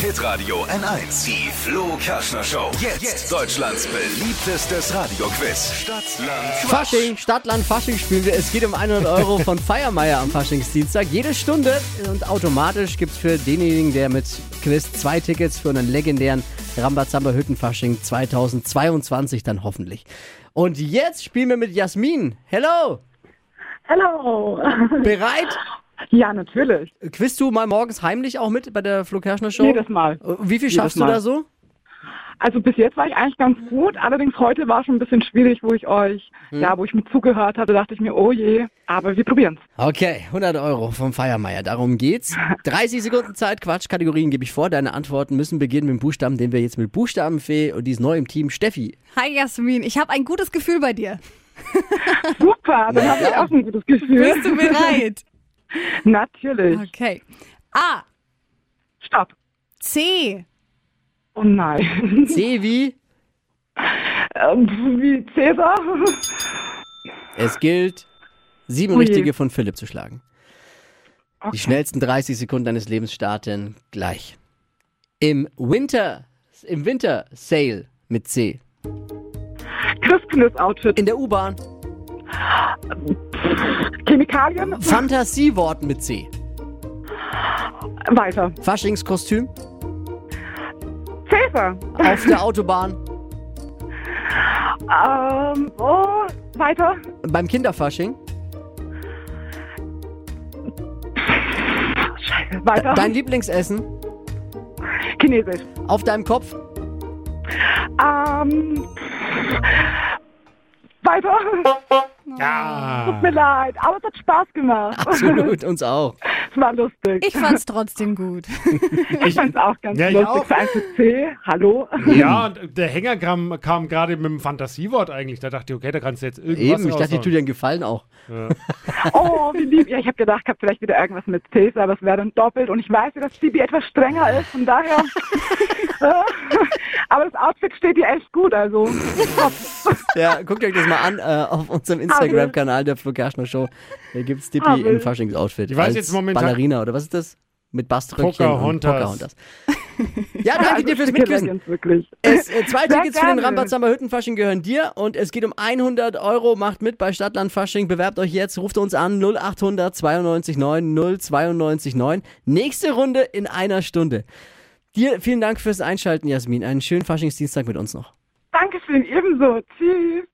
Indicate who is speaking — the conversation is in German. Speaker 1: Hitradio N1. Die Flo Kaschner Show. Jetzt, Deutschlands beliebtestes Radioquiz. Stadt, Land, Quatsch.
Speaker 2: Fasching, Stadtland Fasching spielen wir. Es geht um 100 Euro von Feiermeier am Faschingsdienstag. Jede Stunde und automatisch gibt es für denjenigen, der mit Quiz zwei Tickets für einen legendären Rambazamba Hüttenfasching 2022 dann hoffentlich. Und jetzt spielen wir mit Jasmin. Hello,
Speaker 3: Hallo.
Speaker 2: bereit?
Speaker 3: Ja, natürlich.
Speaker 2: Quiz du mal morgens heimlich auch mit bei der Flo Kerschner Show?
Speaker 3: Jedes Mal.
Speaker 4: Oh.
Speaker 2: Wie viel schaffst du
Speaker 3: Mal.
Speaker 2: da so?
Speaker 3: Also bis jetzt war ich eigentlich ganz gut, allerdings heute war schon ein bisschen schwierig, wo ich euch,
Speaker 4: Hm.
Speaker 3: ja, wo ich mir zugehört hatte, dachte ich mir, oh je, aber wir probieren's.
Speaker 2: Okay, 100 Euro vom Feiermeier, darum geht's. 30 Sekunden Zeit, Quatsch, Kategorien gebe ich vor. Deine Antworten müssen beginnen mit dem Buchstaben, den wir jetzt mit Buchstabenfee und die ist neu im Team, Steffi.
Speaker 4: Hi Jasmin, ich habe ein gutes Gefühl bei dir.
Speaker 3: Super, dann habe ich auch ein gutes Gefühl.
Speaker 4: Bist du bereit?
Speaker 3: Natürlich.
Speaker 4: Okay. A,
Speaker 3: Stopp.
Speaker 4: C,
Speaker 3: Oh nein.
Speaker 2: C wie,
Speaker 3: Ähm, Wie Cäsar?
Speaker 2: es gilt, sieben
Speaker 3: Ui.
Speaker 2: richtige von Philipp zu schlagen. Die
Speaker 3: Okay.
Speaker 2: schnellsten 30 Sekunden deines Lebens starten gleich. Im Winter, im Winter Sale mit C.
Speaker 3: Christkinders Outfit.
Speaker 2: In der U-Bahn,
Speaker 3: Chemikalien?
Speaker 2: Fantasiewort mit C.
Speaker 3: Weiter.
Speaker 2: Faschingskostüm,
Speaker 3: Cäsar.
Speaker 2: auf der Autobahn,
Speaker 3: Ähm, oh, weiter.
Speaker 2: beim Kinderfasching.
Speaker 3: Weiter.
Speaker 2: Dein Lieblingsessen,
Speaker 3: Chinesisch.
Speaker 2: auf deinem Kopf.
Speaker 3: Ähm. Weiter.
Speaker 5: Ah.
Speaker 3: Tut mir leid, aber es hat Spaß
Speaker 2: Ah.
Speaker 3: gemacht.
Speaker 2: Absolut, uns auch.
Speaker 3: Es war lustig.
Speaker 4: ich fand's trotzdem gut.
Speaker 3: Ich fand es auch ganz
Speaker 5: Ja, ich
Speaker 3: lustig.
Speaker 5: auch.
Speaker 3: Für ein C, hallo.
Speaker 5: Ja, und der Hänger kam, kam gerade mit dem Fantasiewort eigentlich. Da dachte ich, okay, da kannst du jetzt irgendwas
Speaker 2: Eben, ich dachte, die tut dir
Speaker 5: raushauen.
Speaker 2: einen Gefallen auch.
Speaker 3: Oh, wie lieb. Ja, ich habe gedacht, ich habe vielleicht wieder irgendwas mit Cs, aber es wäre dann doppelt. Und ich weiß ja, dass Sibi etwas strenger ist, von daher. aber das Outfit steht dir echt gut, also.
Speaker 2: Ja, guckt euch das mal an äh, auf unserem Instagram-Kanal der Flo Kerschner Show. Da gibt's Dippi
Speaker 3: Abel.
Speaker 2: im Faschings-Outfit.
Speaker 5: Ich weiß
Speaker 2: als
Speaker 5: jetzt momentan-
Speaker 2: Ballerina oder was ist das? Mit Baströckchen
Speaker 5: Pocahontas.
Speaker 2: und Pocahontas. Ja, danke dir fürs
Speaker 3: Also,
Speaker 2: Mitwissen.
Speaker 3: Legends, Wirklich.
Speaker 2: Es, äh, zwei
Speaker 3: Sehr
Speaker 2: Tickets für den
Speaker 3: gerne.
Speaker 2: Rambazamba Hüttenfasching gehören dir und es geht um 100 Euro. Macht mit bei Stadtland Fasching. Bewerbt euch jetzt. Ruft uns an 0800 92 9 092 9. Nächste Runde in einer Stunde. Dir vielen Dank fürs Einschalten, Jasmin. Einen schönen Faschingsdienstag mit uns noch.
Speaker 3: Dankeschön, ebenso. Tschüss.